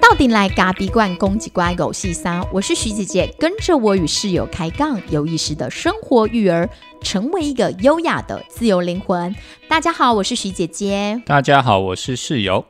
到底来嘎比罐公鸡乖狗细沙，我是徐姐姐，跟着我与室友开杠，有意识的生活育儿，成为一个优雅的自由灵魂。大家好，我是徐姐姐。大家好，我是室友。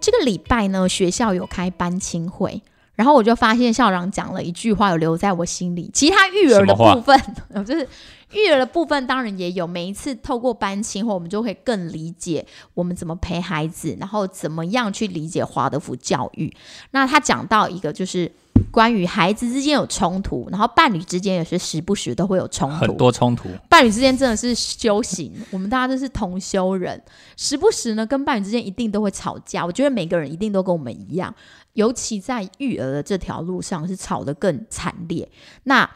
这个礼拜呢，学校有开班亲会，然后我就发现校长讲了一句话，有留在我心里。其他育儿的什么话部分， 就是育儿的部分，当然也有。每一次透过班亲会，我们就会更理解我们怎么陪孩子，然后怎么样去理解华德福教育。那他讲到一个就是。关于孩子之间有冲突，然后伴侣之间也是时不时都会有冲突很，多冲突，伴侣之间真的是修行， 我们大家都是同修人，时不时呢跟伴侣之间一定都会吵架。我觉得每个人一定都跟我们一样，尤其在育儿的这条路上是吵得更惨烈。那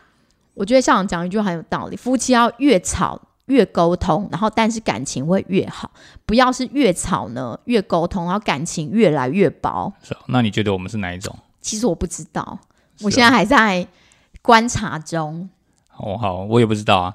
我觉得校长讲一句话很有道理：夫妻要越吵越沟通，然后但是感情会越好，不要是越吵呢越沟通，然后感情越来越薄。是哦那你觉得我们是哪一种？其实我不知道，我是现在还在观察中。哦，好，我也不知道啊。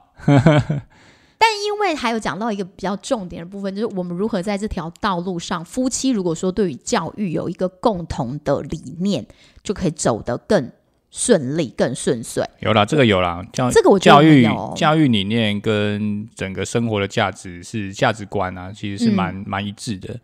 因为还有讲到一个比较重点的部分，就是我们如何在这条道路上，夫妻如果说对于教育有一个共同的理念，就可以走得更顺利、更顺遂。有啦，这个有啦，教这个我觉教得没育有教育理念跟整个生活的价值是价值观啊，其实是蛮嗯蛮、一致的，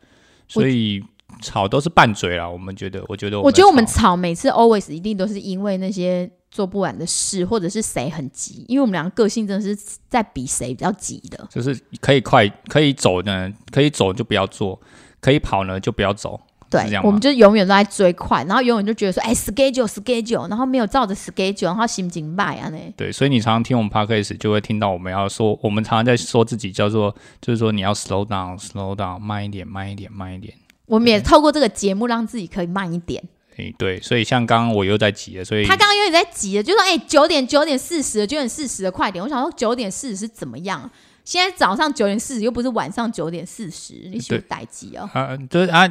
所以吵都是拌嘴啦。我们觉得，我觉得我我觉得我们吵吵每次 always 一定都是因为那些做不完的事，或者是谁很急，因为我们两个个性真的是在比谁比较急的。就是可以快可以走呢，可以走就不要做，可以跑呢就不要走。对是这样，吗我们就永远都在追快，然后永远就觉得说，哎，schedule schedule，然后没有照着 schedule，然后心情败啊呢。对，所以你常常听我们 podcast 就会听到我们要说，我们常常在说自己叫做，就是说你要 slow down，slow down，慢一点，慢一点，慢一点。我们也透过这个节目让自己可以慢一点。诶，对，所以像刚刚我又在急了，所以他刚刚有点在急了，就说：“哎、九点九点四十，九点四十的快点！”我想说九点四十是怎么样？现在早上九点四十又不是晚上九点四十，你是不是待机哦？啊，就是啊，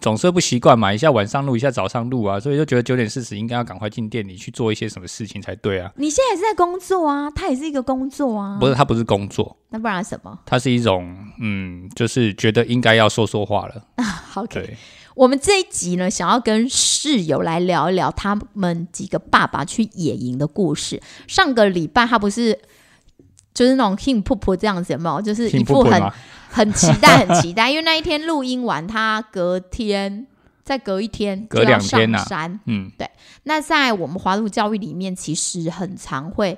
总是不习惯嘛，一下晚上录，一下早上录啊，所以就觉得九点四十应该要赶快进店里去做一些什么事情才对啊。你现在也是在工作啊，它也是一个工作啊，不是，它不是工作，那不然什么它是一种嗯，就是觉得应该要说说话了。 ？OK，对，我们这一集呢，想要跟室友来聊一聊他们几个爸爸去野营的故事。上个礼拜他不是就是那种 king 婆婆这样子，有没有？就是一听副不很嘛？ 很期待，很期待，因为那一天录音完，他隔天再隔一天，隔两天呐、呐山。嗯，那在我们华路教育里面，其实很常会，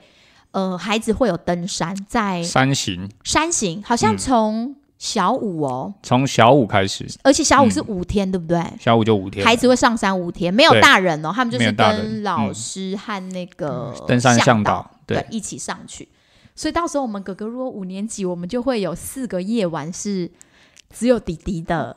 呃，孩子会有登山，在三行山行，好像从小五哦，从小五开始，而且小五是五天，对不对？小五就五天了，啊孩子会上山五天，没有对大人哦，他们就没是有大人嗯跟老师和那个登山向导导，对，一起上去。所以到时候我们哥哥如果五年级，我们就会有四个夜晚是只有弟弟的，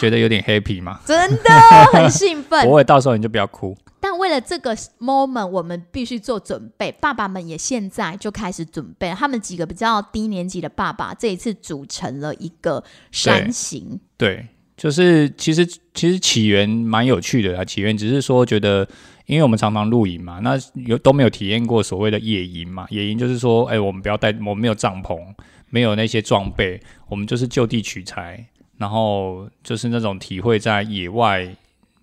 觉得有点 happy 嘛。真的很兴奋不。会，到时候你就不要哭。但为了这个 moment，我们必须做准备。爸爸们也现在就开始准备，他们几个比较低年级的爸爸，这一次组成了一个山行。对，就是其实其实起源蛮有趣的啦，起源只是说觉得，因为我们常常露营嘛，那有都没有体验过所谓的野营嘛。野营就是说，哎、我们不要带，我们没有帐篷，没有那些装备，我们就是就地取材，然后就是那种体会在野外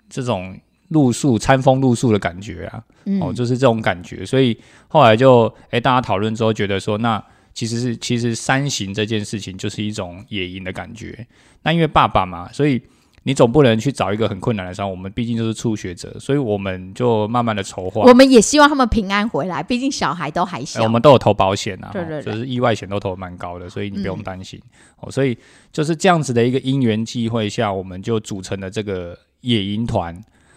这种露宿、餐风露宿的感觉啊。嗯，哦，就是这种感觉。所以后来就哎、诶大家讨论之后觉得说，那其实是其实山行这件事情就是一种野营的感觉。那因为爸爸嘛，所以你总不能去找一个很困难的山。我们毕竟就是初学者，所以我们就慢慢的筹划。我们也希望他们平安回来，毕竟小孩都还哎小。我们都有投保险啊，对对哦对就是意外险都投得蛮高的，所以你不用嗯担心、哦。所以就是这样子的一个因缘际会下，我们就组成了这个野营团。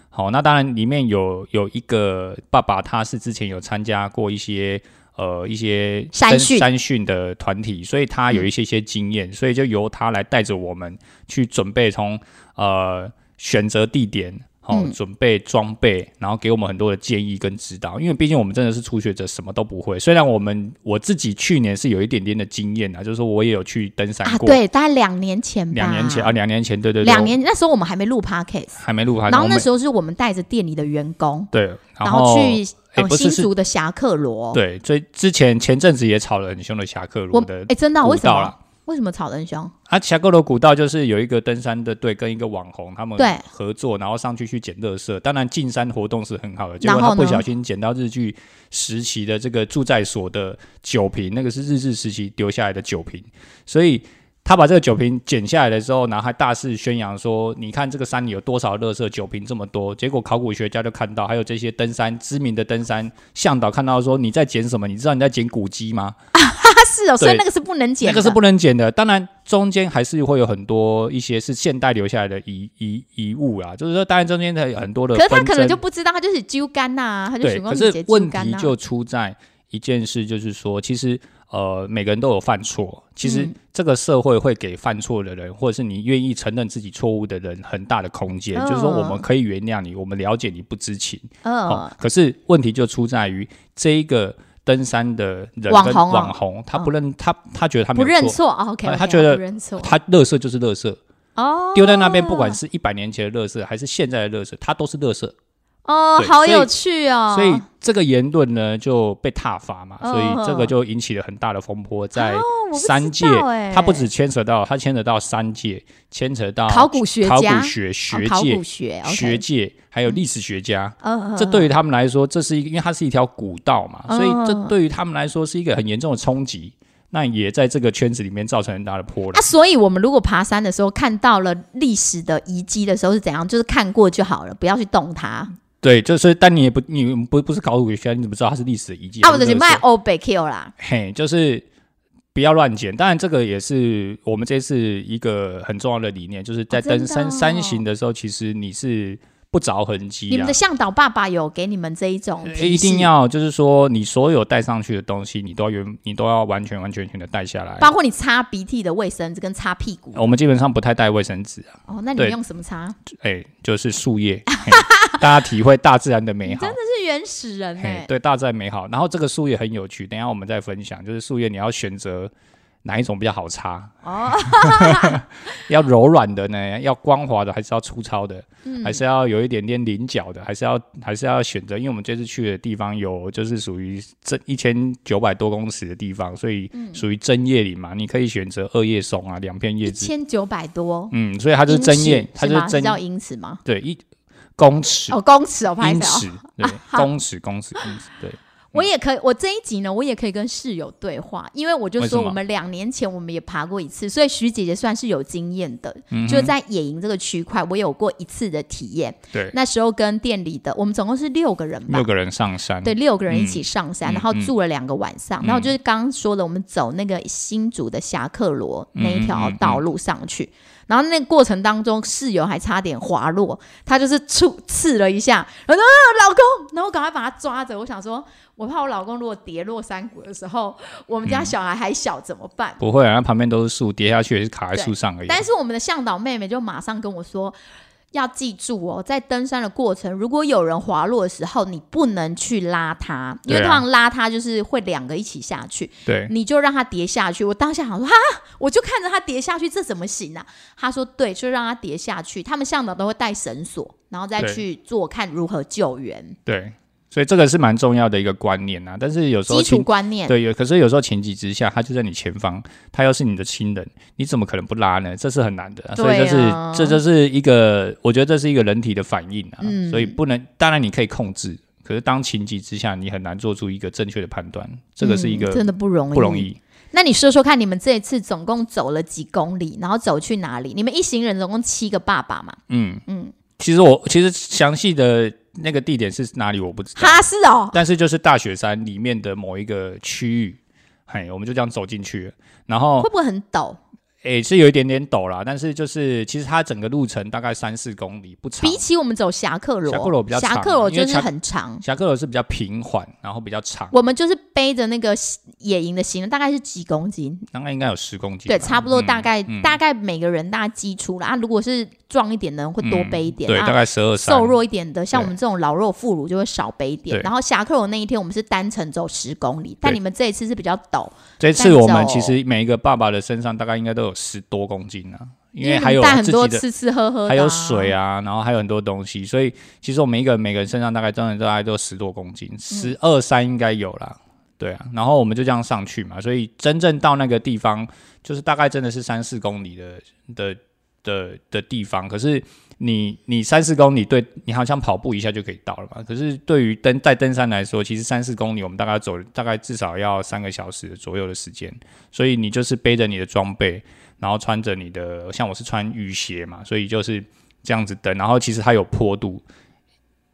好，那当然里面有有一个爸爸，他是之前有参加过一些呃一些山登训嗯山训的团体，所以他有一些些经验，所以就由他来带着我们去准备从呃选择地点，好、嗯准备装备，然后给我们很多的建议跟指导。因为毕竟我们真的是初学者，什么都不会。虽然我们我自己去年是有一点点的经验啊，就是说我也有去登山啊，过，对，大概两年前吧。两年前啊，两年前，对对对，两年那时候我们还没录 podcast，还没录完，然后我那们时候是我们带着店里的员工，对，然后去哎呃不是新是竹的侠客罗。对，所以之前前阵子也吵得很凶的侠客罗我的哎，真的啊为舞什蹈么啦？为什么吵得很凶？啊，峡沟楼古道就是有一个登山的队跟一个网红他们对合作，然后上去去捡垃圾。当然进山活动是很好的，结然果他后呢不小心捡到日据时期的这个住宅所的酒瓶，那个是日治时期丢下来的酒瓶，所以。他把这个酒瓶捡下来的时候，然后还大肆宣扬说：“你看这个山里有多少垃圾，酒瓶这么多。”结果考古学家就看到，还有这些登山知名的登山向导看到说：“你在捡什么？你知道你在捡古迹吗？”啊，是哦，所以对那个是不能那剪的，个是不能剪的。当然，中间还是会有很多一些是现代留下来的遗遗遗物啊，就是说，当然中间的很多的可是他纷可能争就不知道，他就是揪干呐，他就对，想可光是问题呐。就出在一件事，就是说，其实呃，每个人都有犯错。其实嗯这个社会会给犯错的人，或者是你愿意承认自己错误的人，很大的空间。就是说，我们嗯可以原谅你，我们了解你不知情。嗯哦，，可是问题就出在于这一个登山的人跟网红哦网红，他不认他，他觉得他不没有认错错哦，OK，哎 OK，他觉得不认错他垃圾就是垃圾，哦，丢在那边，不管是一百年前的垃圾还是现在的垃圾，它都是垃圾。哦，对好所以有趣哦，所以这个言论呢就被挞伐嘛，嗯所以这个就引起了很大的风波，在哦我不知三界道哎，它不只牵扯到，它牵扯到三界，牵扯到考古学家考古学学哦考界古、学学，界，还有历史学家。 OK 嗯，嗯这对于他们来说，这是一个，因为它是一条古道嘛，嗯所以这对于他们来说是一个很严重的冲击。那也在这个圈子里面造成很大的波啊，澜。所以我们如果爬山的时候看到了历史的遗迹的时候是怎样？就是看过就好了，不要去动它。啊，对，就是但你也不，你不不是考古学啊家，你怎么知道它是历史的遗迹？还啊我是就是垃圾卖欧北 Q 啦。嘿，就是不要乱捡。当然，这个也是我们这次一个很重要的理念，就是在哦真的登山、哦山行的时候，其实你是不着痕迹你们啦的。向导爸爸有给你们这一种呃提一示定，要就是说，你所有带上去的东西，你都要原，你都要完全完全全的带下来。包括你擦鼻涕的卫生纸跟擦屁股。我们基本上不太带卫生纸啊，哦，那你们哦对用什么擦？哎、就是树叶，嘿 大家体会大自然的美好。真的是原始人嘿哎，，对，大自然美好。然后这个树叶很有趣，等一下我们再分享。就是树叶你要选择哪一种比较好擦，哦， 要柔软的呢，要光滑的，还是要粗糙的，嗯还是要有一点点棱角的，还是要还是要选择？因为我们这次去的地方有就是属于针一千九百多公尺的地方，所以嗯属于针叶林嘛，你可以选择二叶松啊，两片叶一子，千九百多，嗯，所以它就是英针尺叶，它是就吗？是针叫英尺吗？对一公尺、哦，公尺哦，拍英手。尺， 对，公尺、公尺、公尺，对。我也可以，我这一集呢，我也可以跟室友对话，因为我就为什说么我们两年前我们也爬过一次，所以徐姐姐算是有经验的，嗯就在野营这个区块，我有过一次的体验。对那时候跟店里的，我们总共是六个人吧六，个人上山，对，六个人一起上山，嗯然后嗯住了两个晚上，然后就是刚刚说的，我们走那个新竹的侠客罗嗯那一条道路上去，然后那个过程当中，室友还差点滑落，他就是触刺了一下，然后说、啊、老公，然后赶快把他抓着，我想说，我怕我老公如果跌落山谷的时候，我们嗯家小孩还小怎么办？不会啊，它旁边都是树，跌下去也是卡在对树上而已啊。但是我们的向导妹妹就马上跟我说。要记住哦，在登山的过程，如果有人滑落的时候，你不能去拉他，因为对通啊常拉他就是会两个一起下去，对，你就让他跌下去。我当下想说，哈，我就看着他跌下去，这怎么行啊？他说对，就让他跌下去。他们向导都会带绳索，然后再对去做看如何救援，对，所以这个是蛮重要的一个观念啊。但是有时候基础情观念。对有，可是有时候情急之下，他就在你前方，他又是你的亲人，你怎么可能不拉呢？这是很难的啊、所以这是、对啊这就是一个，我觉得这是一个人体的反应啊。嗯所以不能，当然你可以控制，可是当情急之下，你很难做出一个正确的判断，这个是一嗯个真的不容易，不容。易。那你说说看，你们这一次总共走了几公里，然后走去哪里？你们一行人总共七个爸爸嘛？嗯嗯嗯，其实我其实详细的那个地点是哪里我不知道。哈，是哦，但是就是大雪山里面的某一个区域，嘿，我们就这样走进去了，然后会不会很陡？诶、是有一点点陡啦，但是就是其实它整个路程大概三四公里，不长比。起我们走侠客罗，侠客罗比较长侠客罗因为就是侠很长。峡克楼是比较平缓，然后比较长，我们就是背着那个野营的行李，大概是几公斤？大概应该有十公斤吧，对，差不多大概、嗯大概每个人大概基础啦。啊，如果是壮一点的人会多背一点，嗯对，大啊，概十二三瘦。弱一点的，像对我们这种老弱妇孺就会少背一点。对然后侠客罗那一天我们是单程走十公里，但对你们这一次是比较陡，这次我哦们其实每一个爸爸的身上大概应该都有十多公斤啊，因你为还有们带很自多己的。吃吃喝喝、还有水啊。啊，然后还有很多东西，所嗯以其实我们一个每个人身上大概真的大概都十多公斤，十二三应该有啦。对啊，然后我们就这样上去嘛，所以真正到那个地方，就是大概真的是三四公里的的的的地方。可是你你三四公里对你好像跑步一下就可以到了嘛，可是对于登在登山来说，其实三四公里我们大概走大概至少要三个小时左右的时间，所以你就是背着你的装备，然后穿着你的像我是穿雨鞋嘛，所以就是这样子登，然后其实它有坡度。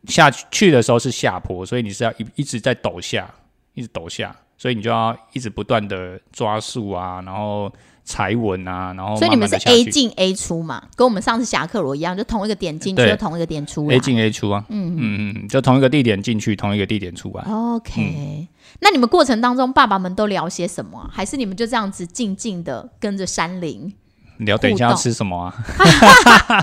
下去去的时候是下坡，所以你是要一一直在陡下，一直陡下，所以你就要一直不断的抓树啊，然后踩稳啊，然后所以你们是慢慢地下 A 去进 A 出嘛，跟我们上次侠客罗一样，就同一个点进去，对就同一个点出来 A。进 A 出啊，嗯嗯嗯，就同一个地点进去，同一个地点出啊来。 OK，、那你们过程当中，爸爸们都聊些什么啊、还是你们就这样子静静的跟着山林？你聊等一下互要动吃什么啊？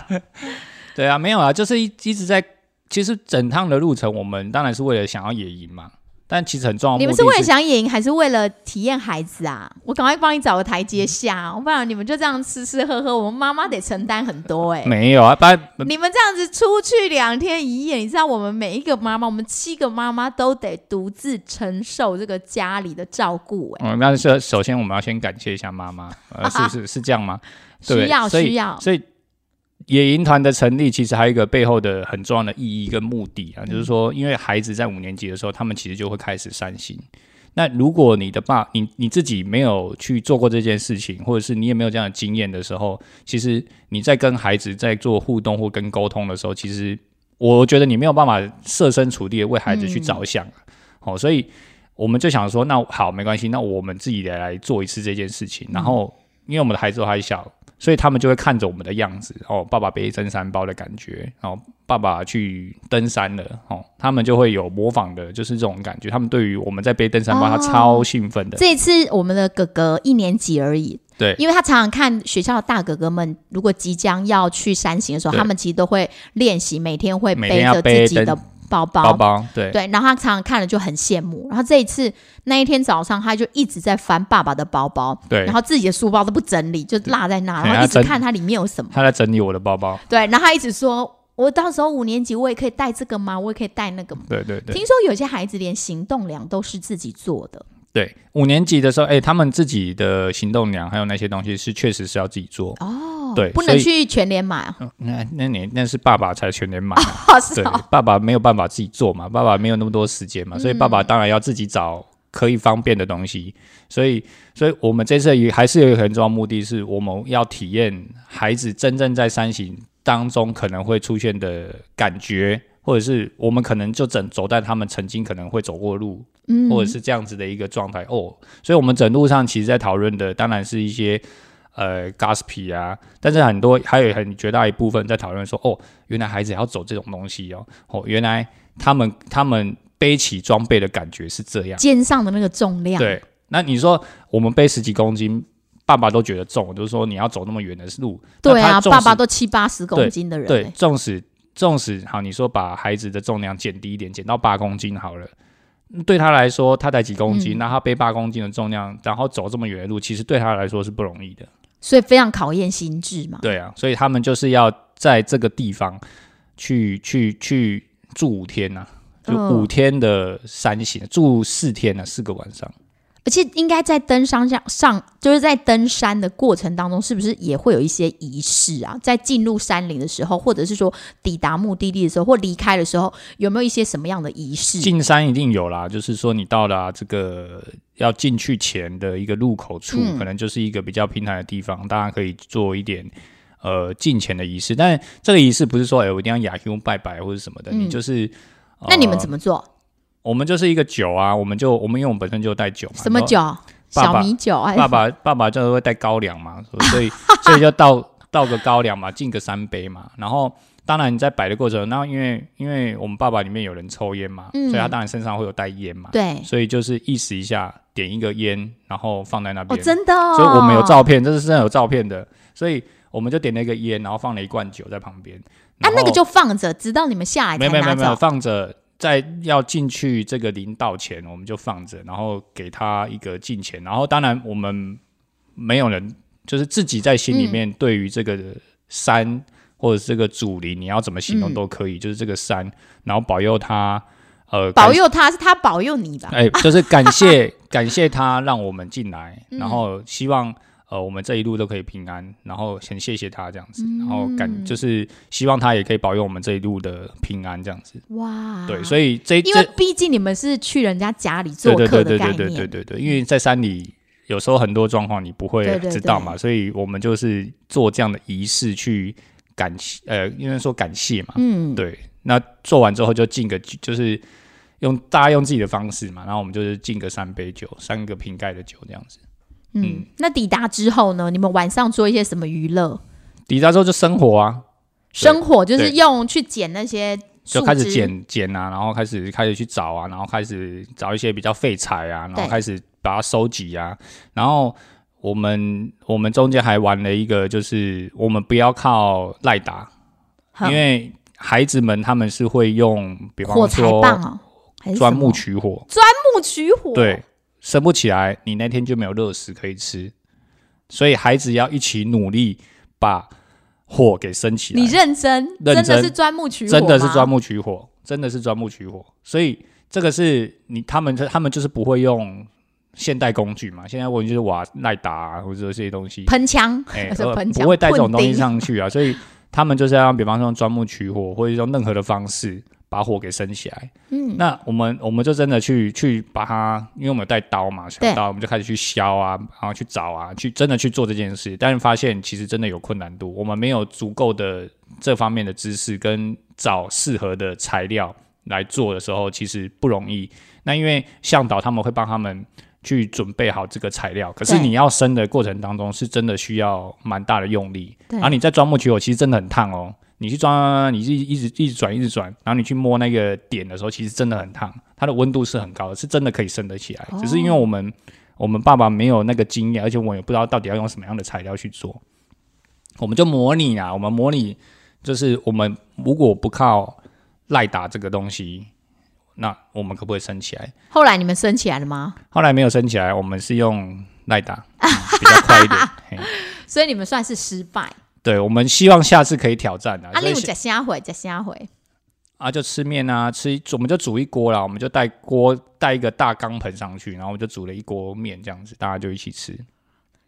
对啊，没有啊，就是一一直在。其实整趟的路程，我们当然是为了想要野营嘛，但其实很重要的你目们的是是为了想赢，还是为了体验孩子啊？我赶快帮你找个台阶下，不然你们就这样吃吃喝喝，我们妈妈得承担很多哎、没有啊，把你们这样子出去两天一夜，你知道我们每一个妈妈，我们七个妈妈都得独自承受这个家里的照顾、哎、嗯，那是首先我们要先感谢一下妈妈，呃，是不是是这样吗？对啊需要所以需要，所以野营团的成立，其实还有一个背后的很重要的意义跟目的嗯啊，就是说，因为孩子在五年级的时候，他们其实就会开始散心。那如果你的爸，你你自己没有去做过这件事情，或者是你也没有这样的经验的时候，其实你在跟孩子在做互动或跟沟通的时候，其实我觉得你没有办法设身处地的为孩子嗯去着想。好、哦所以我们就想说，那好，没关系，那我们自己来来做一次这件事情。然后，因为我们的孩子都还小，所以他们就会看着我们的样子，哦，爸爸背登山包的感觉，然后爸爸去登山了，哦，他们就会有模仿的，就是这种感觉。他们对于我们在背登山包，哦他超兴奋的。这一次我们的哥哥一年级而已，对因为他常常看学校的大哥哥们，如果即将要去山行的时候，对他们其实都会练习，每天会每背天要着背自己的登包包。包包，对，对，然后他常常看了就很羡慕。然后这一次那一天早上，他就一直在翻爸爸的包包，对然后自己的书包都不整理，就落在那，对然后一他直整看它里面有什么。他在整理我的包包，对，然后他一直说：“我到时候五年级我也可以带这个吗？我也可以带那个吗？”对对对。听说有些孩子连行动粮都是自己做的，对，五年级的时候，哎、他们自己的行动粮还有那些东西是确实是要自己做。哦，对，不所能以去全联买哦，那那年那是爸爸才全年买， 好少对，爸爸没有办法自己做嘛，爸爸没有那么多时间嘛，所以爸爸当然要自己找可以方便的东西。所以，所以我们这次也还是有一个很重要的目的，是我们要体验孩子真正在山行当中可能会出现的感觉，或者是我们可能就整走在他们曾经可能会走过的路，嗯，或者是这样子的一个状态哦。所以，我们整路上其实在讨论的，当然是一些呃 Gasp 啊，但是很多还有很绝大一部分在讨论说，哦，原来孩子也要走这种东西哦，哦，原来他们他们背起装备的感觉是这样。肩上的那个重量，对，那你说我们背十几公斤，爸爸都觉得重，就是说你要走那么远的路，那对啊，他纵爸爸使都七八十公斤的人、对欸，，纵使纵使好，你说把孩子的重量减低一点，减到八公斤好了。嗯对他来说，他才几公斤，那、他背八公斤的重量，然后走这么远的路，其实对他来说是不容易的。所以非常考验心智嘛。对啊，所以他们就是要在这个地方去去去住五天呐、就嗯五天的山行，住四天呢、啊四个晚上。而且应该在登山上上，就是在登山的过程当中，是不是也会有一些仪式啊？在进入山林的时候，或者是说抵达目的地的时候，或离开的时候，有没有一些什么样的仪式？进山一定有啦，就是说你到了啊这个要进去前的一个入口处，嗯可能就是一个比较平坦的地方，大家可以做一点呃进前的仪式。但这个仪式不是说哎、我一定要雅修拜拜或者什么的，嗯你就是。那你们怎么？么做？我们就是一个酒啊，我们就我们因为我们本身就带酒嘛，什么然后酒？呃啊爸小爸米酒哎哦还是爸爸爸爸就是会带高粱嘛，所以所以 就倒倒个高粱嘛，敬个三杯嘛。然后当然你在摆的过程，那因为因为我们爸爸里面有人抽烟嘛，嗯所以他当然身上会有带烟嘛，对所以就是意识一下点一个烟，然后放在那哦，边。真的哦，所以我们有照片，这是真的有照片的，所以我们就点了一个烟，然后放了一罐酒在旁边。啊然，后那个就放着，直到你们下来才没有没有没拿有没有走。放着，在要进去这个林道前，我们就放着，然后给他一个进钱，然后当然我们没有人，就是自己在心里面嗯对于这个山、或者是这个主林，你要怎么形容嗯都可以，就是这个山，然后保佑他。呃保佑他是他保佑你吧？ 哎、就是感谢感谢他让我们进来，嗯然后希望呃我们这一路都可以平安，然后很谢谢他这样子，嗯然后感就是希望他也可以保佑我们这一路的平安这样子。哇，对，所以这啊因为这毕竟你们是去人家家里做对对客对的对概对念，对对对对，因为在山里。有时候很多状况你不会对对知道嘛，所以我们就是做这样的仪式去感谢，呃，应该说感谢嘛，嗯，对，那做完之后就敬个，就是用大家用自己的方式嘛，然后我们就是敬个三杯酒，三个瓶盖的酒这样子。嗯，那抵达之后呢？你们晚上做一些什么娱乐？抵达之后就生火啊，生火就是对用去捡那些树就开始枝，捡捡啊，然后开始开始去找啊，然后开始找一些比较废材啊，然后对开始把它收集啊，然后。我们我们中间还玩了一个，就是我们不要靠赖打，哼因为孩子们他们是会用，比火方柴棒说哦，还是钻什么木取火，木取火，对，生不起来，你那天就没有热食可以吃。所以孩子要一起努力把火给升起来。你认真，真认的真是钻木取火吗，真的是钻木取火，真的是钻木取火。所以这个是你他们他们就是不会用现代工具嘛，现在我们就是瓦赖达、啊、或者这些东西，喷枪， 哎、是呃喷枪，不会带这种东西棍钉上去啊，所以他们就是要，比方说用钻木取火，或者用任何的方式把火给升起来。嗯，那我们我们就真的去去把它，因为我们有带刀嘛，小对刀，我们就开始去削啊，然后去找啊，去真的去做这件事，但是发现其实真的有困难度，我们没有足够的这方面的知识跟找适合的材料来做的时候，其实不容易。那因为向导他们会帮他们。去准备好这个材料，可是对你要生的过程当中，是真的需要蛮大的用力。对然后你在钻木取火，其实真的很烫哦。你去钻，你一一直一直转，一直转，然后你去摸那个点的时候，其实真的很烫，它的温度是很高的，是真的可以升得起来。哦只是因为我们我们爸爸没有那个经验，而且我也不知道到底要用什么样的材料去做，我们就模拟啊，我们模拟就是我们如果不靠赖打这个东西，那我们可不可以升起来？后来你们升起来了吗？后来没有升起来，我们是用 赖打、嗯比较快一点。嘿所以你们算是失败。对，我们希望下次可以挑战啊。啊，你所以有假虾回，假虾回，啊，就吃面啊，吃我们就煮一锅啦，我们就带锅带一个大钢盆上去，然后我们就煮了一锅面这样子，大家就一起吃。嗯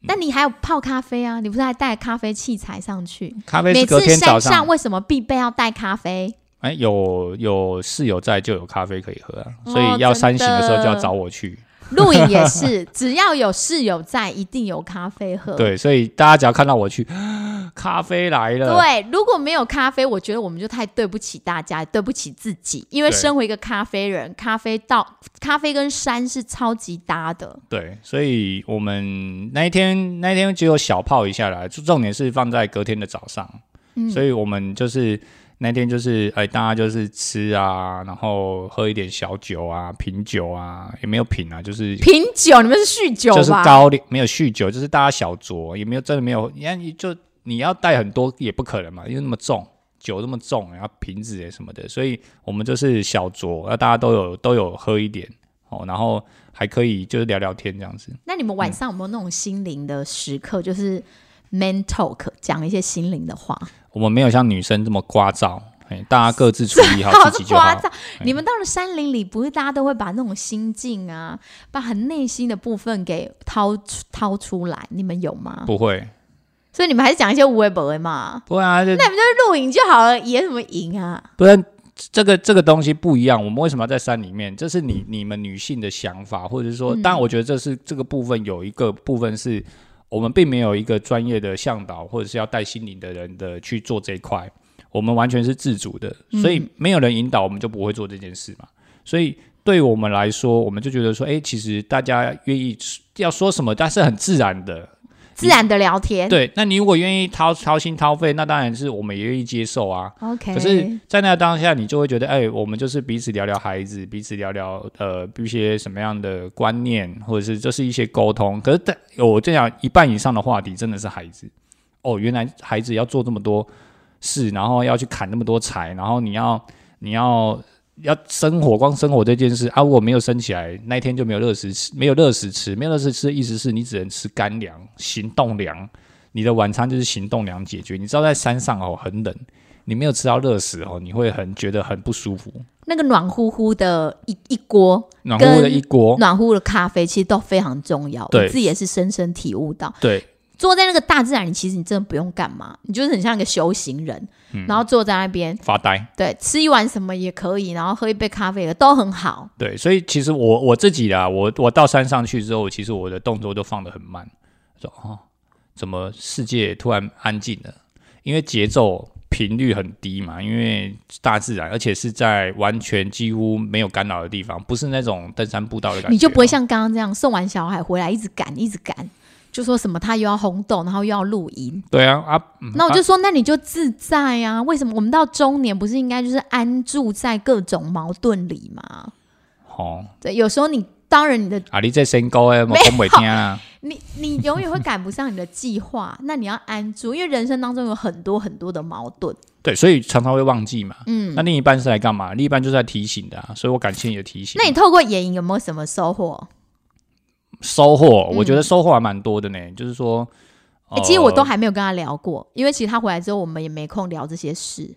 但你还有泡咖啡啊？你不是还带咖啡器材上去？咖啡每是隔次天早山上上，为什么必备要带咖啡？哎、有有室友在就有咖啡可以喝啊，哦所以要山行的时候就真要的找我去。露营也 是，只要有室友在，一定有咖啡喝。对，所以大家只要看到我去， 咖啡来了，对，如果没有咖啡，我觉得我们就太对不起大家，也对不起自己。因为对身为一个咖啡人，咖啡到咖啡跟山是超级搭的。对，所以我们那一天那一天只有小泡一下啦，就重点是放在隔天的早上，嗯所以我们就是那天就是哎、大家就是吃啊，然后喝一点小酒啊，品酒啊，也没有品啊，就是品酒，你们是酗酒就是吧？高粱，没有酗酒，就是大家小酌，也没有真的没有，你看你就你要带很多也不可能嘛，因为那么重。酒那么重，然后瓶子也什么的，所以我们就是小酌，那大家都有都有喝一点哦，然后还可以就是聊聊天这样子。那你们晚上有没有那种心灵的时刻，就是 man talk，讲一些心灵的话？我们没有像女生这么聒噪，哎，大家各自处 理好好自己就夸好。哎张！你们到了山林里，不是大家都会把那种心境啊，把很内心的部分给掏出掏出来，你们有吗？不会，所以你们还是讲一些无为不为嘛，不会啊，这露营就好了，演什么营啊？不然这个这个东西不一样。我们为什么要在山里面？这是你你们女性的想法，或者是说，当然我觉得这是这个部分有一个部分是我们并没有一个专业的向导，或者是要带心灵的人的去做这一块，我们完全是自主的，所以没有人引导，我们就不会做这件事嘛。所以对我们来说，我们就觉得说，哎、其实大家愿意要说什么，但是很自然的，自然的聊天。对，那你如果愿意掏掏心掏肺，那当然是我们也愿意接受啊。 ，OK。可是，在那当下，你就会觉得，哎、我们就是彼此聊聊孩子，彼此聊聊呃一些什么样的观念，或者是这是一些沟通。可是，但我这样一半以上的话题真的是孩子哦，原来孩子要做这么多事，然后要去砍那么多柴，然后你要你要要生火，光生火这件事啊，如果没有升起来，那一天就没有热食吃，没有热食吃，没有热食吃，意思是你只能吃干粮、行动粮。你的晚餐就是行动粮解决。你知道在山上哦很冷，你没有吃到热食哦，你会很觉得很不舒服。那个暖乎乎的一一锅暖乎乎的跟一锅，暖乎的咖啡，其实都非常重要。我哦对自己也是深深体悟到，对坐在那个大自然里，其实你真的不用干嘛，你就是很像一个修行人，嗯然后坐在那边，发呆。对，吃一碗什么也可以，然后喝一杯咖啡也都很好。对，所以其实我我自己啦，我我到山上去之后，其实我的动作都放得很慢，说哦，怎么世界突然安静了？因为节奏频率很低嘛，因为大自然，而且是在完全几乎没有干扰的地方，不是那种登山步道的感觉哦，你就不会像刚刚这样送完小孩回来一直赶一直赶，就说什么他又要轰动，然后又要露营。对啊啊，嗯那我啊就说，那你就自在啊？为什么我们到中年不是应该就是安住在各种矛盾里吗？哦，对，有时候你当然你的啊，你在深沟哎，我东北天啊，你你永远会赶不上你的计划，那你要安住，因为人生当中有很多很多的矛盾。对，所以常常会忘记嘛。嗯，那另一半是来干嘛？另一半就是来提醒的、啊，所以我感谢你的提醒。那你透过野营有没有什么收哦获？收获，我觉得收获还蛮多的呢。就是说、欸嗯其实我呃都还没有跟他聊过，因为其实他回来之后我们也没空聊这些事，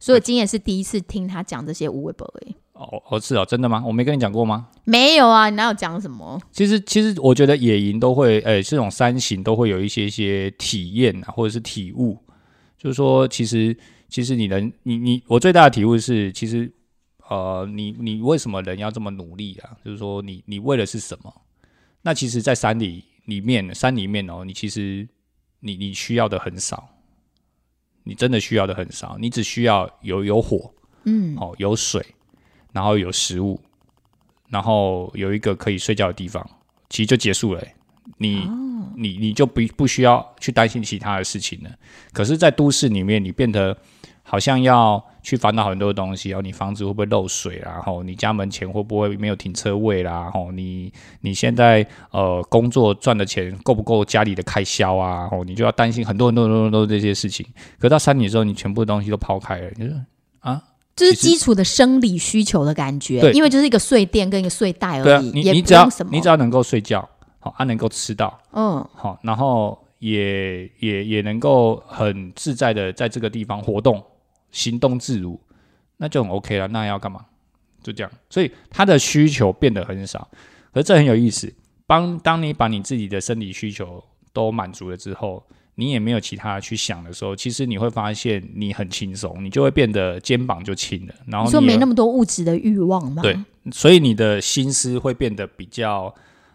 所以我今天也是第一次听他讲这些无为不为。哦哦是哦，真的吗？我没跟你讲过吗？没有啊，你哪有讲什么？其实其实我觉得野营都会，诶、这种山行都会有一些一些体验啊，或者是体悟。就是说，其实其实你能，你你我最大的体悟是，其实呃，你你为什么人要这么努力啊？就是说你，你为的是什么？那其实，在山里里面，山里面哦，你其实你你需要的很少，你真的需要的很少，你只需要有有火，嗯，哦，有水，然后有食物，然后有一个可以睡觉的地方，其实就结束了欸、你、你你就不不需要去担心其他的事情了。可是，在都市里面，你变得好像要去烦恼很多东西哦，你房子会不会漏水啦？吼，你家门前会不会没有停车位啦？吼，你你现在呃工作赚的钱够不够家里的开销啊？吼，你就要担心很多很多很多很多这些事情。可到山里之后，你全部东西都抛开了，你就就是其实基础的生理需求的感觉，对因为就是一个睡垫跟一个睡袋对而啊，已，你也你不只要用什么。你只要能够睡觉，好、啊能够吃到嗯，好、然后也也也能够很自在的在这个地方活动，行动自如，那就很 OK 了。那要干嘛？就这样，所以他的需求变得很少，可是这很有意思。帮当你把你自己的生理需求都满足了之后，你也没有其他去想的时候，其实你会发现你很轻松，你就会变得肩膀就轻了，然后你说你也没那么多物质的欲望吗？对，所以你的心思会变得比较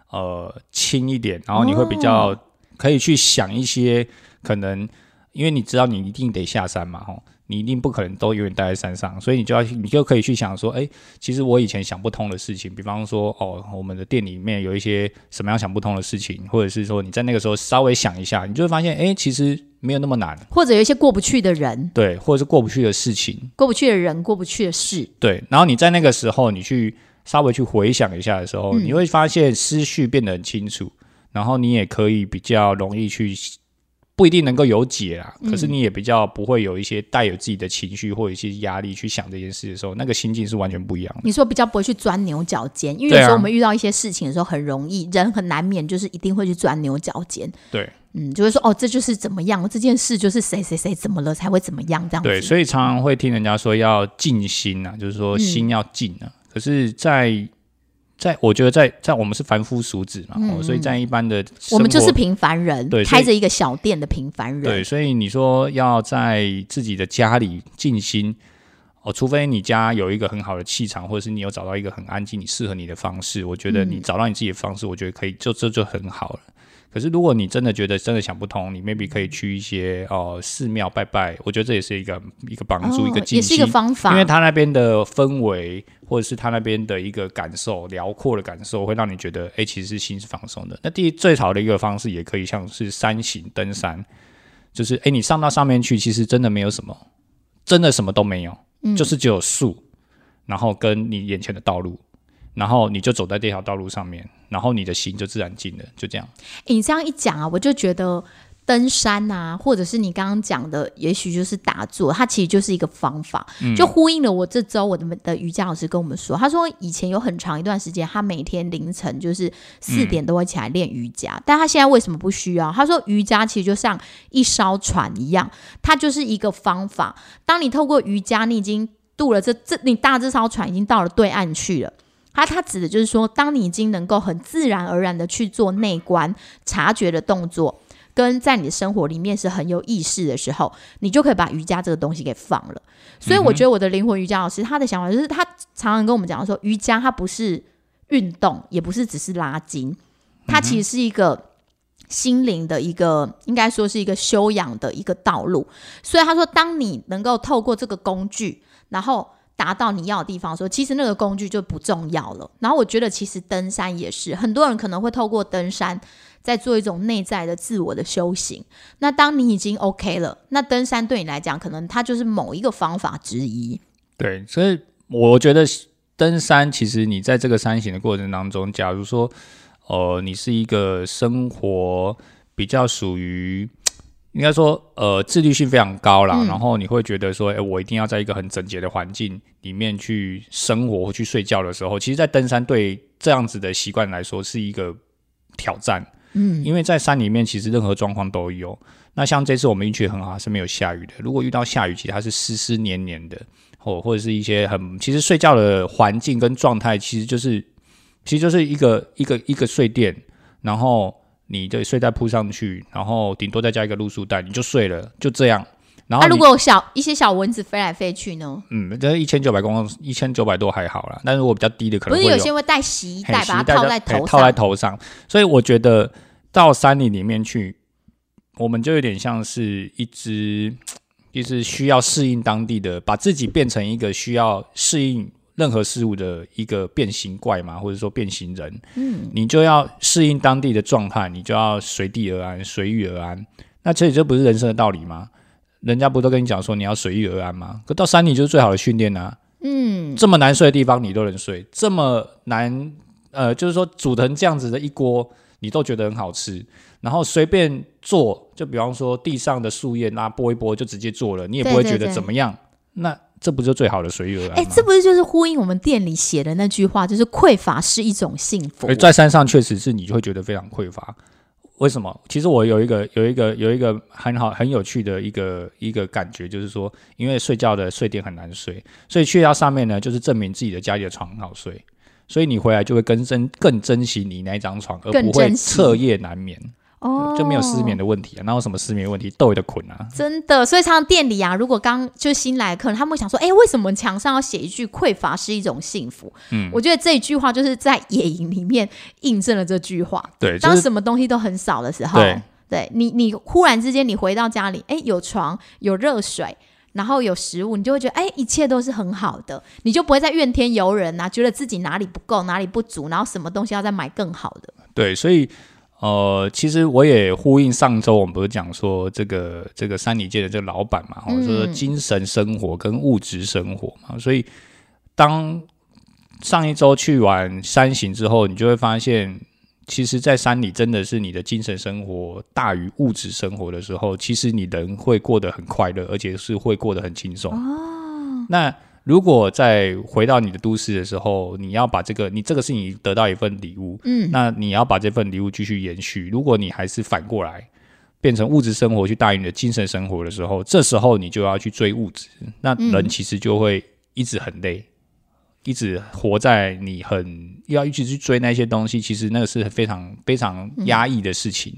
呃轻一点，然后你会比较可以去想一些可能，因为你知道你一定得下山嘛，吼，你一定不可能都永远待在山上，所以你就要你就可以去想说，哎，其实我以前想不通的事情，比方说哦，我们的店里面有一些什么样想不通的事情，或者是说你在那个时候稍微想一下，你就会发现，哎，其实没有那么难，或者有一些过不去的人、对，或者是过不去的事情，过不去的人、过不去的事，对，然后你在那个时候，你去稍微去回想一下的时候，你会发现思绪变得很清楚，然后你也可以比较容易去，不一定能够有解啦，可是你也比较不会有一些带有自己的情绪或有一些压力去想这件事的时候，那个心境是完全不一样的。你说比较不会去钻牛角尖，因为对有啊时候我们遇到一些事情的时候很容易，人很难免就是一定会去钻牛角尖，对嗯，就会说哦，这就是怎么样，这件事就是谁谁谁怎么了才会怎么样这样子。对，所以常常会听人家说要静心啊，就是说心要静啊。可是在，在我觉得在在我们是凡夫俗子嘛，哦所以在一般的我们生就是活平凡人，对所开以着一个小店的平凡人。对，所以你说要在自己的家里静心，哦，除非你家有一个很好的气场，或者是你有找到一个很安静、你适合你的方式，我觉得嗯你找到你自己的方式，我觉得可以，就这就很好了。可是如果你真的觉得真的想不通，你 maybe 可以去一些哦、呃寺庙拜拜，我觉得这也是一个一个帮助，一个哦、静也是心一个方法，因为他那边的氛围，或者是他那边的一个感受，辽阔的感受，会让你觉得，哎、其实心是放松的。那第一最好的一个方式，也可以像是山行登山，就是，哎、你上到上面去，其实真的没有什么，真的什么都没有，就是只有树，然后跟你眼前的道路，然后你就走在这条道路上面，然后你的心就自然静了，就这样。诶你这样一讲啊，我就觉得。登山啊，或者是你刚刚讲的，也许就是打坐，它其实就是一个方法，就呼应了我这周我的的瑜伽老师跟我们说，他说以前有很长一段时间，他每天凌晨就是四点都会起来练瑜伽，但他现在为什么不需要？他说瑜伽其实就像一艘船一样，它就是一个方法。当你透过瑜伽，你已经渡了这这，你大这艘船已经到了对岸去了。它它指的就是说，当你已经能够很自然而然的去做内观察觉的动作，跟在你的生活里面是很有意识的时候，你就可以把瑜伽这个东西给放了。所以我觉得我的灵魂瑜伽老师他的想法就是，他常常跟我们讲说，瑜伽它不是运动，也不是只是拉筋，它其实是一个。心灵的一个，应该说是一个修养的一个道路。所以他说，当你能够透过这个工具，然后达到你要的地方的时候，其实那个工具就不重要了。然后我觉得，其实登山也是，很多人可能会透过登山，在做一种内在的自我的修行。那当你已经 OK 了，那登山对你来讲，可能它就是某一个方法之一。对，所以我觉得登山其实你在这个山行的过程当中，假如说，呃，你是一个生活比较属于。应该说，呃，自律性非常高啦。然后你会觉得说，哎、我一定要在一个很整洁的环境里面去生活或去睡觉的时候，其实，在登山对这样子的习惯来说是一个挑战。嗯，因为在山里面，其实任何状况都有。那像这次我们运气很好，它是没有下雨的。如果遇到下雨，其实它是湿湿黏黏的，或或者是一些很，其实睡觉的环境跟状态，其实就是，其实就是一个一个一个睡垫，然后你的睡袋铺上去，然后顶多再加一个露宿袋，你就睡了，就这样。然那、后你、啊如果有小一些小蚊子飞来飞去呢？嗯，这一千九百公一千九百多还好啦，但如果比较低的可不能是有会些会带洗衣嘿袋，把习它带套到在嘿头套在上。头上。所以我觉得到山里里面去，我们就有点像是一只，就是需要适应当地的，把自己变成一个需要适应任何事物的一个变形怪嘛，或者说变形人。嗯，你就要适应当地的状态，你就要随地而安，随遇而安。那这里这不是人生的道理吗？人家不都跟你讲说你要随遇而安吗？可到山里就是最好的训练啊。嗯，这么难睡的地方你都能睡，这么难呃，就是说煮成这样子的一锅，你都觉得很好吃，然后随便做，就比方说地上的树叶那剥一剥就直接做了，你也不对会对觉得对怎么样。那这不就最好的随遇而哎、安吗这？不是就是呼应我们店里写的那句话，就是匮乏是一种幸福。而在山上确实是你就会觉得非常匮乏。为什么？其实我有一个有一个有一个很好很有趣的一个一个感觉，就是说，因为睡觉的睡垫很难睡，所以去到上面呢，就是证明自己的家里的床很好睡，所以你回来就会更珍更珍惜你那一张床，而更不会珍惜彻夜难眠。哦，就没有失眠。的问题啊，哪有什么失眠问题？豆的困啊，真的，所以常常店里啊，如果刚就是新来的客人，他们会想说，哎、为什么墙上要写一句“匮乏是一种幸福”？嗯，我觉得这一句话就是在野营里面印证了这句话。对，就当是什么东西都很少的时候，对你你忽然之间你回到家里，哎，有床，有热水。然后有食物，你就会觉得哎，一切都是很好的，你就不会再怨天尤人呐、觉得自己哪里不够，哪里不足，然后什么东西要再买更好的。对，所以呃，其实我也呼应上周我们不是讲说这个这个山里界的这个老板嘛，我、嗯说精神生活跟物质生活嘛，所以当上一周去完山行之后，你就会发现。其实，在山里真的是你的精神生活大于物质生活的时候，其实你人会过得很快乐，而且是会过得很轻松。那如果在回到你的都市的时候，你要把这个，你这个是你得到一份礼物，嗯，那你要把这份礼物继续延续。如果你还是反过来变成物质生活去大于你的精神生活的时候，这时候你就要去追物质，那人其实就会一直很累。一直活在你很要一直去追那些东西，其实那个是非常非常压抑的事情，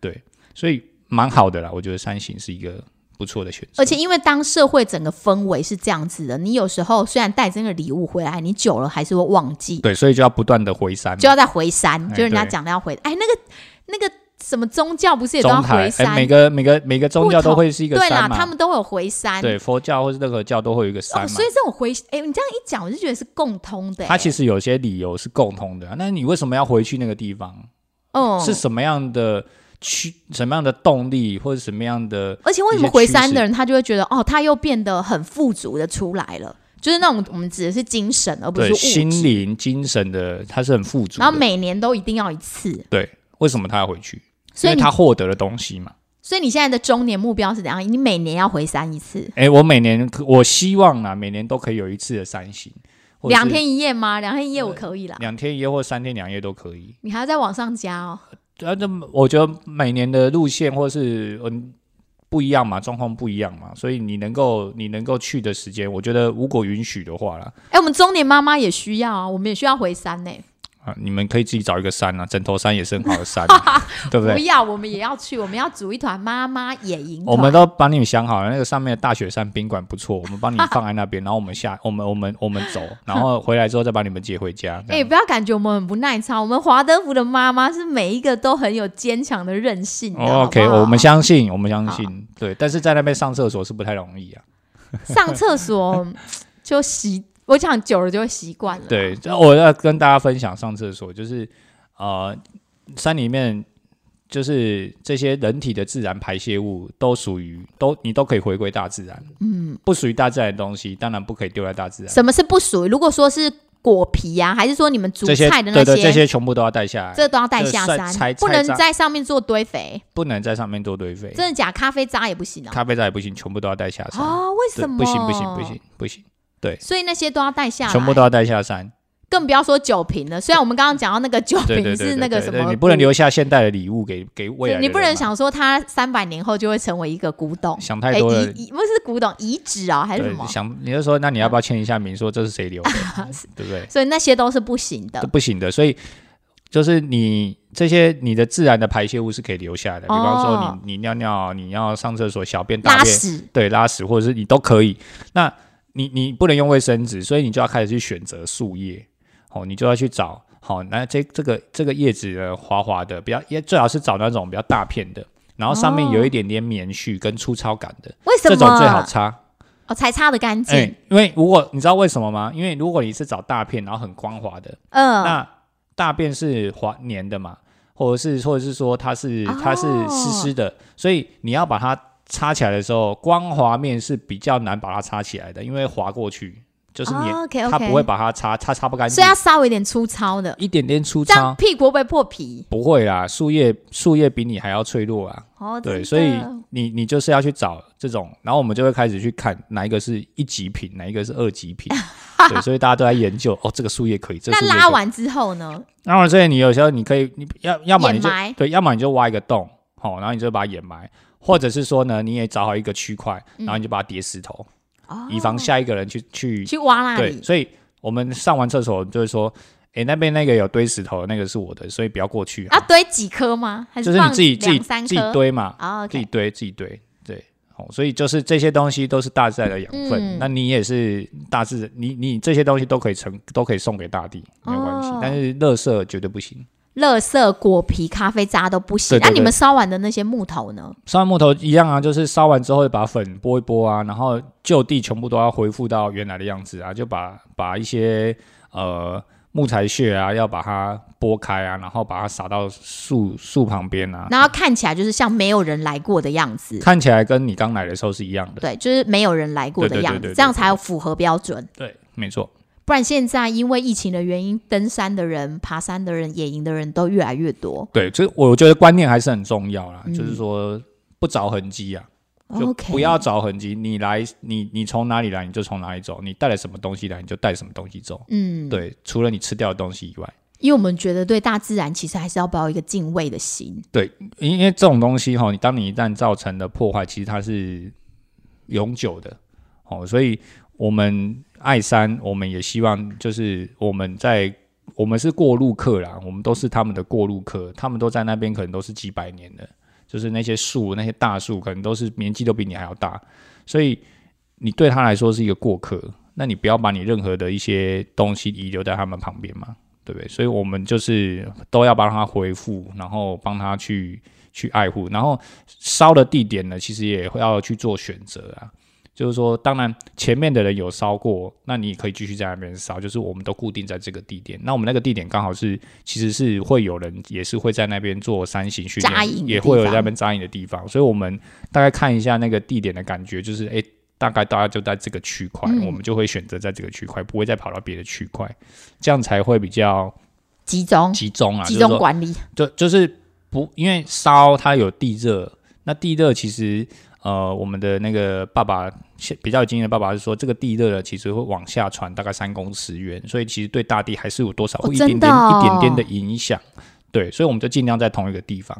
对，所以蛮好的啦。我觉得三型是一个不错的选择，而且因为当社会整个氛围是这样子的，你有时候虽然带着那个礼物回来，你久了还是会忘记，对，所以就要不断的回山嘛，就要再回山。哎就是人家对讲的要回，哎，那个那个什么宗教不是也都要中回台，哎山？每个每个每个宗教都会是一个对啦，山嘛，他们都有回山。对佛教或是任何教都会有一个山哦，嘛。所以这种回，哎，你这样一讲，我就觉得是共通的。欸它其实，实有些理由是共通的啊、那你为什么要回去那个地方？嗯，是什么样的驱什么样的动力，或者什么样的？而且为什么回山的人他就会觉得哦，他又变得很富足的出来了，就是那种我们指的是精神，而不是对物心质。灵、精神的，它是很富足然后的。每年都一定要一次，对，为什么他要回去？所以因为你他获得了东西嘛。所以你现在的中年目标是怎样？你每年要回山一次，哎、我每年我希望啊，每年都可以有一次的三星，或者是两天一夜啊吗？两天一夜我可以啦，两天一夜或三天两夜都可以。你还要再往上加哦。啊，那么我觉得每年的路线或是嗯不一样嘛，状况不一样嘛，所以你能够你能够去的时间，我觉得如果允许的话啦，哎，我们中年妈妈也需要啊，我们也需要回山呢、啊，你们可以自己找一个山啊，枕头山也是很好的山、 啊，对不不对？要，我们也要去，我们要组一团妈妈野营团。我们都帮你们想好了，那个上面的大雪山宾馆不错，我们帮你放在那边，然后我们下 我们我们我们走，然后回来之后再把你们接回家。这哎、样不要感觉我们很不耐操，我们华德福的妈妈是每一个都很有坚强的韧性的。哦 OK，好啊不好我们相信，我们相信，对，但是在那边上厕所是不太容易啊。上厕所就习，我想久了就会习惯了。对，这我要跟大家分享上厕所，就是呃，山里面就是这些人体的自然排泄物都属于都你都可以回归大自然，嗯，不属于大自然的东西当然不可以丢在大自然。什么是不属于？如果说是果皮啊，还是说你们煮这些菜的那对对，这些全部都要带下来，这都要带下这山晒，不能晒渣在上面做堆肥。不能在上面多堆肥。真的假？咖啡渣也不行啊！咖啡渣也不行，全部都要带下山。啊，为对什么？不行不行不行。不行，所以那些都要带下来，全部都要带下山。更不要说酒瓶了。虽然我们刚刚讲到那个酒对对瓶对对是那个对什对么，你不能留下现代的礼物给给未对，来的你人不能嘛想说它三百年后就会成为一个古董，想太多了哎，。遗遗不是古董遗址啊，还是什么对，？想你就说，那你要不要签一下名，说这是谁留 的，对不对？所以那些都是不行这的。不行的，所以就是你这些你的自然的排泄物是可以留下的，比方说哦你你尿尿、你要上厕所、小便、大拉便，屎，对，拉屎或者是你都可以。那你你不能用卫生纸，所以你就要开始去选择树叶，哦，你就要去找。好，那这这个这个叶子呢，滑滑的，比较也最好是找那种比较大片的，然后上面有一点点棉絮跟粗糙感的，哦为什这么？啊种最好擦。哦，才擦的干哎、净。因为如果你知道为什么吗？因为如果你是找大便，然后很光滑的，嗯，那大便是滑黏的嘛，或者是或者是说它是哦它是湿湿的，所以你要把它擦起来的时候，光滑面是比较难把它擦起来的，因为滑过去就是黏，哦 OK 它 OK，不会把它擦擦擦不干净所以，要稍微有点粗糙的，一点点粗这样糙。屁股会不会破皮？不会啦，树叶树叶比你还要脆弱啊，哦，真对，的所以你你就是要去找这种，然后我们就会开始去看哪一个是一级品，哪一个是二级 品，对，所以大家都在研究哦，这个树叶可以，这个那树叶拉可以。完之后呢？拉完之后，你有时候你可以，你要要么你就掩埋对，要么你就挖一个洞，好、然后你就把它掩埋，或者是说呢，你也找好一个区块，然后你就把它叠石头，嗯哦，以防下一个人去去去挖那对，里。所以我们上完厕所，我们就会说，诶，那边那个有堆石头，那个是我的，所以不要过去要啊，堆几颗吗？还就是你放自己自己两三自己颗？堆嘛，啊自己，OK，堆自己堆，对，哦，所以就是这些东西都是大自然的养分，嗯那你也是大自然，你你这些东西都可以成都可以送给大地，没有关系，哦但是垃圾绝对不行。垃圾、果皮、咖啡渣都不行。对对那对你们烧完的那些木头呢？烧完木头一样啊，就是烧完之后把粉拨一拨啊，然后就地全部都要恢复到原来的样子啊，就把把一些呃木材屑啊，要把它拨开啊，然后把它撒到树树旁边啊，然后看起来就是像没有人来过的样子，看起来跟你刚来的时候是一样的。对，就是没有人来过的对对对样对子，对这样才符合标准。对，没错。不然现在因为疫情的原因，登山的人、爬山的人、野营的人都越来越多。对，这我觉得观念还是很重要啦，嗯哦就是说不找痕迹啊，就 OK，不要找痕迹。你来，你你从哪里来，你就从哪里走。你带了什么东西来，你就带什么东西走。嗯，对，除了你吃掉的东西以外，因为我们觉得对大自然其实还是要抱一个敬畏的心。因因为这种东西哈，你当你一旦造成的破坏，其实它是永久的哦。所以我们爱山，我们也希望就是我们在。我们是过路客啦，我们都是他们的过路客，他们都在那边可能都是几百年的，就是那些树、那些大树，可能都是年纪都比你还要大，所以你对他来说是一个过客，那你不要把你任何的一些东西遗留在他们旁边嘛，对不对？所以我们就是都要帮他回复，然后帮他去去爱护，然后烧的地点呢，其实也会要去做选择啊。就是说，当然前面的人有烧过，那你也可以继续在那边烧。就是我们都固定在这个地点，那我们那个地点刚好是其实是会有人也是会在那边做山行训扎营练，的也会有地在方那边扎营的地方，所以我们大概看一下那个地点的感觉，就是诶，大概大家就在这个区块，嗯我们就会选择在这个区块，不会再跑到别的区块，这样才会比较集中、集中啊，集中管管理，就就是不因为烧它有地热，那地热其实呃，我们的那个爸爸现比较有经验的爸爸是说，这个地热呢其实会往下传大概三公尺远，所以其实对大地还是有多少哦会一真点的点、哦一点点的影响。对，所以我们就尽量在同一个地方。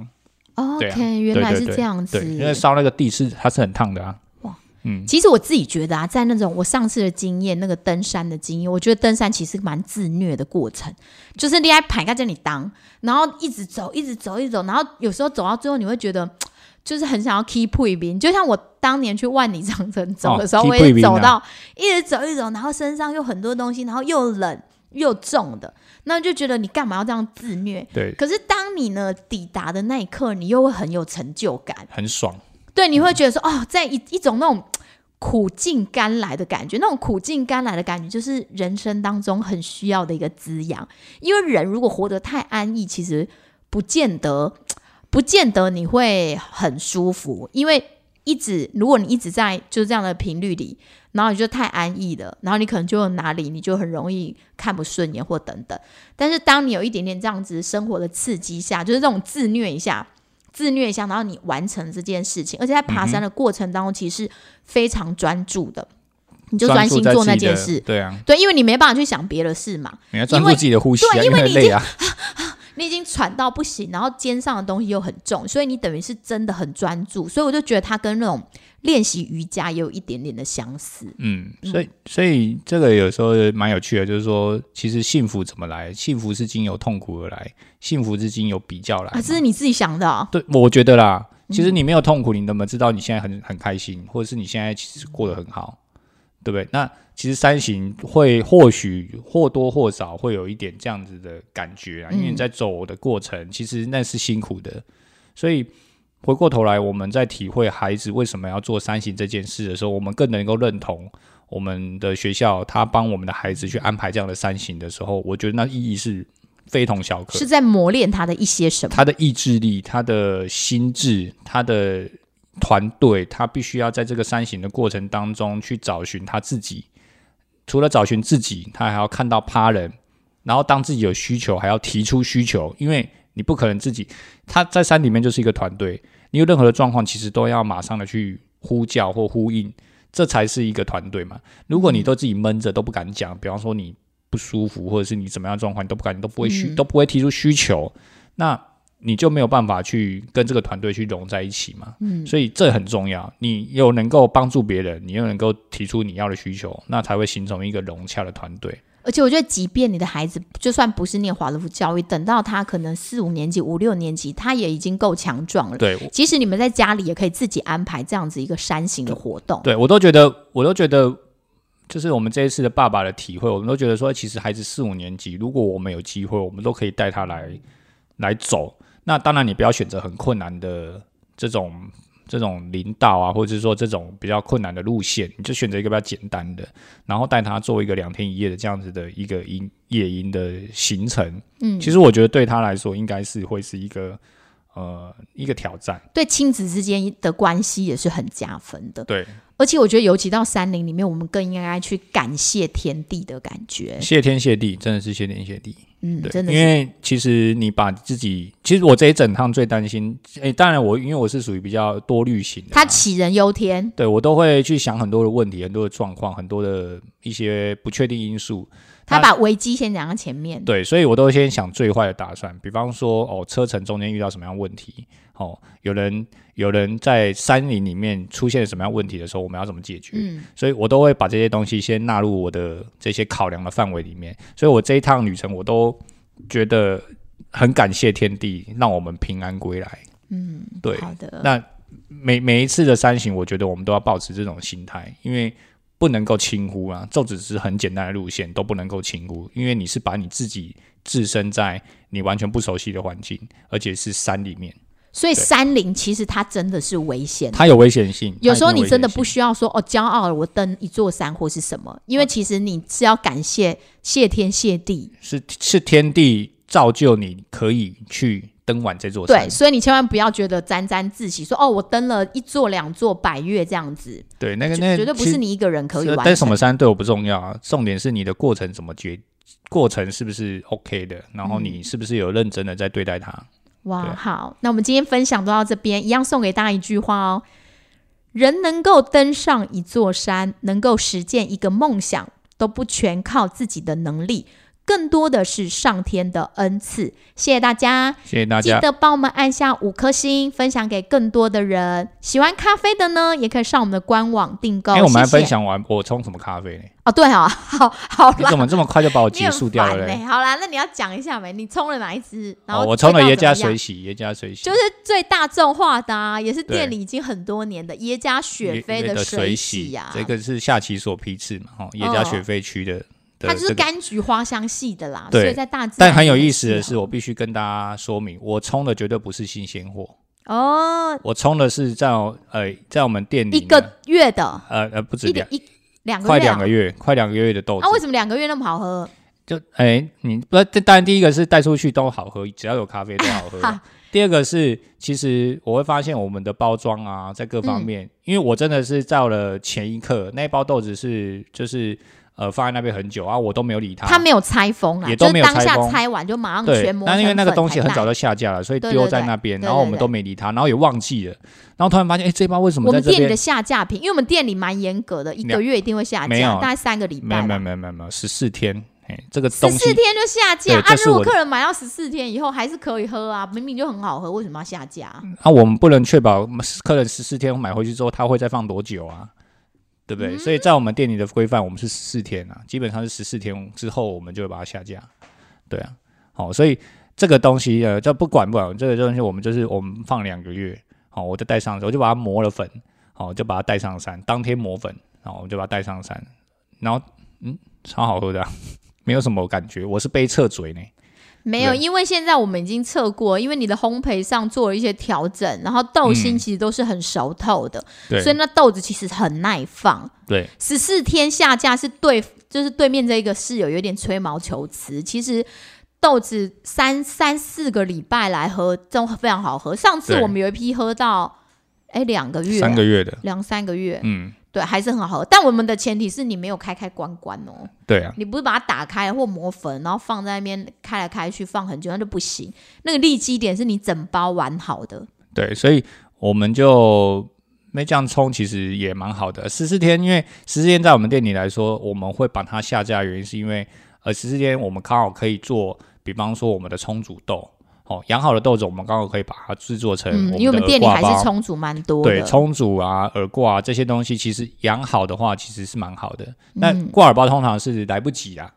对 OK，、啊原来对是对这样子。对，因为烧那个地是它是很烫的啊。其实我自己觉得啊，在那种我上次的经验，那个登山的经验，我觉得登山其实蛮自虐的过程，就是你爱排在这里当，然后一直走，一直走，一直走，然后有时候走到最后，你会觉得。嘖就是很想要 keep 一边，就像我当年去万里长城走的时候，哦，keep 我也一边啊走到一直走一直走，然后身上又很多东西，然后又冷又重的，那就觉得你干嘛要这样自虐？对，可是当你呢抵达的那一刻，你又会很有成就感，很爽。对，你会觉得说，哦，在一一种那种苦尽甘来的感觉，那种苦尽甘来的感觉，就是人生当中很需要的一个滋养。因为人如果活得太安逸，其实不见得，不见得你会很舒服，因为。一直，如果你一直在就是这样的频率里，然后你就太安逸了，然后你可能就有哪里你就很容易看不顺眼或等等。但是当你有一点点这样子生活的刺激下，就是这种自虐一下，自虐一下，然后你完成这件事情，而且在爬嗯山的过程当中，其实是非常专注的，你就专专注心在做自那己件的事。对啊，对，因为你没办法去想别的事嘛，你要专因注为自己的呼吸啊，对因因为很你已累经啊。你已经喘到不行，然后肩上的东西又很重，所以你等于是真的很专注。所以我就觉得它跟那种练习瑜伽也有一点点的相似。嗯，所以所以这个有时候蛮有趣的，就是说，其实幸福怎么来？幸福是经由痛苦而来，幸福是经由比较来嘛。啊，这是你自己想的、哦，对，我觉得啦，其实你没有痛苦，你怎么知道你现在很很开心，或者是你现在其实过得很好，对不对？那其实三型会或许或多或少会有一点这样子的感觉啊，因为嗯你在走的过程，其实那是辛苦的，所以。回过头来，我们在体会孩子为什么要做三型这件事的时候，我们更能够认同我们的学校，他帮我们的孩子去安排这样的三型的时候，我觉得那意义是非同小可的。是在磨练他的一些什么？他的意志力、他的心智、他的团队，他必须要在这个三型的过程当中去找寻他自己。除了找寻自己，他还要看到他人，然后当自己有需求，还要提出需求，因为你不可能自己。他在山里面就是一个团队，你有任何的状况，其实都要马上的去呼叫或呼应，这才是一个团队嘛。如果你都自己闷着都不敢讲，比方说你不舒服，或者是你怎么样的状况，你都不敢，你都不会需、嗯都不会提出需求，那你就没有办法去跟这个团队去融在一起嘛。嗯，所以这很重要，你又能够帮助别人，你又能够提出你要的需求，那才会形成一个融洽的团队。而且我觉得，即便你的孩子就算不是念华德福教育，等到他可能四五年级、五六年级，他也已经够强壮了。对，其实你们在家里也可以自己安排这样子一个山型的活动。对我都觉得，我都觉得，就是我们这一次的爸爸的体会，我们都觉得说，其实孩子四五年级，如果我们有机会，我们都可以带他来来走。那当然，你不要选择很困难的这种这种领导啊，或者是说这种比较困难的路线，你就选择一个比较简单的，然后带他做一个两天一夜的这样子的一个营夜营的行程。嗯，其实我觉得对他来说，应该是会是一个呃一个挑战。对亲子之间的关系也是很加分的。对，而且我觉得，尤其到山林里面，我们更应该去感谢天地的感觉。谢天谢地，真的是谢天谢地。嗯，对，真的因是为其实你把自己，其实我这一整趟最担心，诶、当然我因为我是属于比较多虑型的嘛，他杞人忧天。对我都会去想很多的问题、很多的状况、很多的一些不确定因素，他他把危机先讲到前面，对，所以我都先想最坏的打算，比方说哦，车程中间遇到什么样的问题，哦，有人有人在山林里面出现什么样的问题的时候，我们要怎么解决？嗯，所以我都会把这些东西先纳入我的这些考量的范围里面。所以我这一趟旅程，我都觉得很感谢天地，让我们平安归来。嗯，对。好的，那每每一次的山行，我觉得我们都要保持这种心态，因为不能够轻忽啊。这只是很简单的路线，都不能够轻忽，因为你是把你自己置身在你完全不熟悉的环境，而且是山里面，所以对山林其实它真的是危险的。它有危险性。有时候它一定你有真的危险性不需要说哦，骄傲了，我登一座山或是什么，因为其实你是要感谢谢天谢地，是是天地造就你可以去登完这座山对，。所以你千万不要觉得沾沾自喜，说哦，我登了一座两座百越这样子，对，那个绝那个绝对不是你一个人可以完成。但什么山对我不重要啊，重点是你的过程嗯怎么决，过程是不是 OK 的，然后你是不是有认真的在对待它。哇，对好，那我们今天分享都到这边，一样送给大家一句话哦：人能够登上一座山，能够实践一个梦想，都不全靠自己的能力，更多的是上天的恩赐。谢谢大家，谢谢大记家，得帮我们按下五颗星，分享给更多的人。喜欢咖啡的呢，也可以上我们的官网订购。哎、我们还哦谢谢分享完我冲什么咖啡呢？哦，对哦，好好你啦怎，么这么快就把我你结很束掉了烦嘞？欸好啦，那你要讲一下没？你冲了哪一支？然后哦，我冲了味道耶怎么加样水洗，耶加水洗就是最大众化的、啊，也是对店里已经很多年的耶加雪菲的水啊洗呀、嗯这个是下其所批次嘛，哦，耶加雪菲区的，的它就是这个柑橘花香系的啦，对所以在大自然但很有意思的是，很我必须跟大家说明，我冲的绝对不是新鲜货，适合哦，我冲的是在我呃在我们店里一呢个月的呃呃不止一点两一两个快月、两啊，个月快两个月的豆子啊，，为什么两个月那么好喝？就哎、你不这当然第一个是带出去都好喝，只要有咖啡都好喝哈。第二个是，其实我会发现我们的包装啊，在各嗯方面，因为我真的是到了前一刻，那一包豆子是就是呃放在那边很久啊，我都没有理它。它没有拆封啦，也都没有就是当拆下封拆完就马上对全，磨那成因为那个粉东西才很早带就下架了，所以对丢对在对那边，对然后我对们对都没理它，然后也忘记了，然后突然发现，哎，这包为什么我在们这店里的边？下架品，因为我们店里蛮严格的，一个两月一定会下没架，有大概三个礼没拜有啦。没有没有没有没有，十四天，哎，这个十东四西天就下架对啊！这是如果我的客人买到十四天以后还是可以喝啊，明明就很好喝，为什么要下架？啊，我们不能确保客人十四天买回去之后他会再放多久啊，对不对？嗯所以在我们店里的规范，我们是十四天啊，基本上是十四天之后我们就会把它下架，对啊，好、所以这个东西呃，这不管不管这个东西，我们就是我们放两个月，好、我就带上，我就把它磨了粉，好、就把它带上山，当天磨粉，然后我就把它带上山，然后嗯，超好喝的啊、没有什么感觉，我是被撤嘴呢。没有，对因为现在我们已经测过，因为你的烘焙上做了一些调整，然后豆心嗯其实都是很熟透的，对所以那豆子其实很耐放。对，十四天下架是对，就是对面这一个室友有点吹毛求疵。其实豆子三三四个礼拜来喝，都非常好喝。上次对我们有一批喝到，哎，两个月啊、三个月的，两三个月，嗯，对，还是很好喝。但我们的前提是你没有开开关关哦，对啊。你不是把它打开或磨粉，然后放在那边开来开去放很久，那就不行。那个利基点是你整包完好的，对，所以我们就没这样冲，其实也蛮好的。十四天，因为十四天在我们店里来说，我们会把它下架，原因是因为呃，十四天我们刚好可以做，比方说我们的冲煮豆，哦，养好的豆子，我们刚好可以把它制作成嗯，我因为我们们的店里挂还包是。充足蛮多的。对，冲煮啊、耳挂、啊、这些东西，其实养好的话，其实是蛮好的。那嗯挂耳包通常是来不及啊，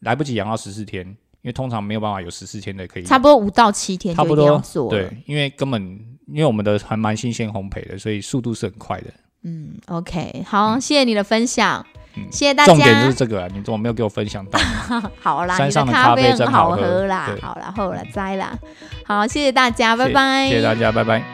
来不及养到十四天，因为通常没有办法有十四天的可以差不多五到七天差就不一定要多做了。对，因为根本因为我们的还蛮新鲜烘焙的，所以速度是很快的。嗯，OK，好，谢谢你的分享，嗯谢谢大家。重点就是这个啊，你怎么没有给我分享到？ 好啦，山你上的咖咖啡很真好好喝喝啦，对好啦，后来摘啦，好，谢谢大家，拜谢拜，谢谢大家，拜拜。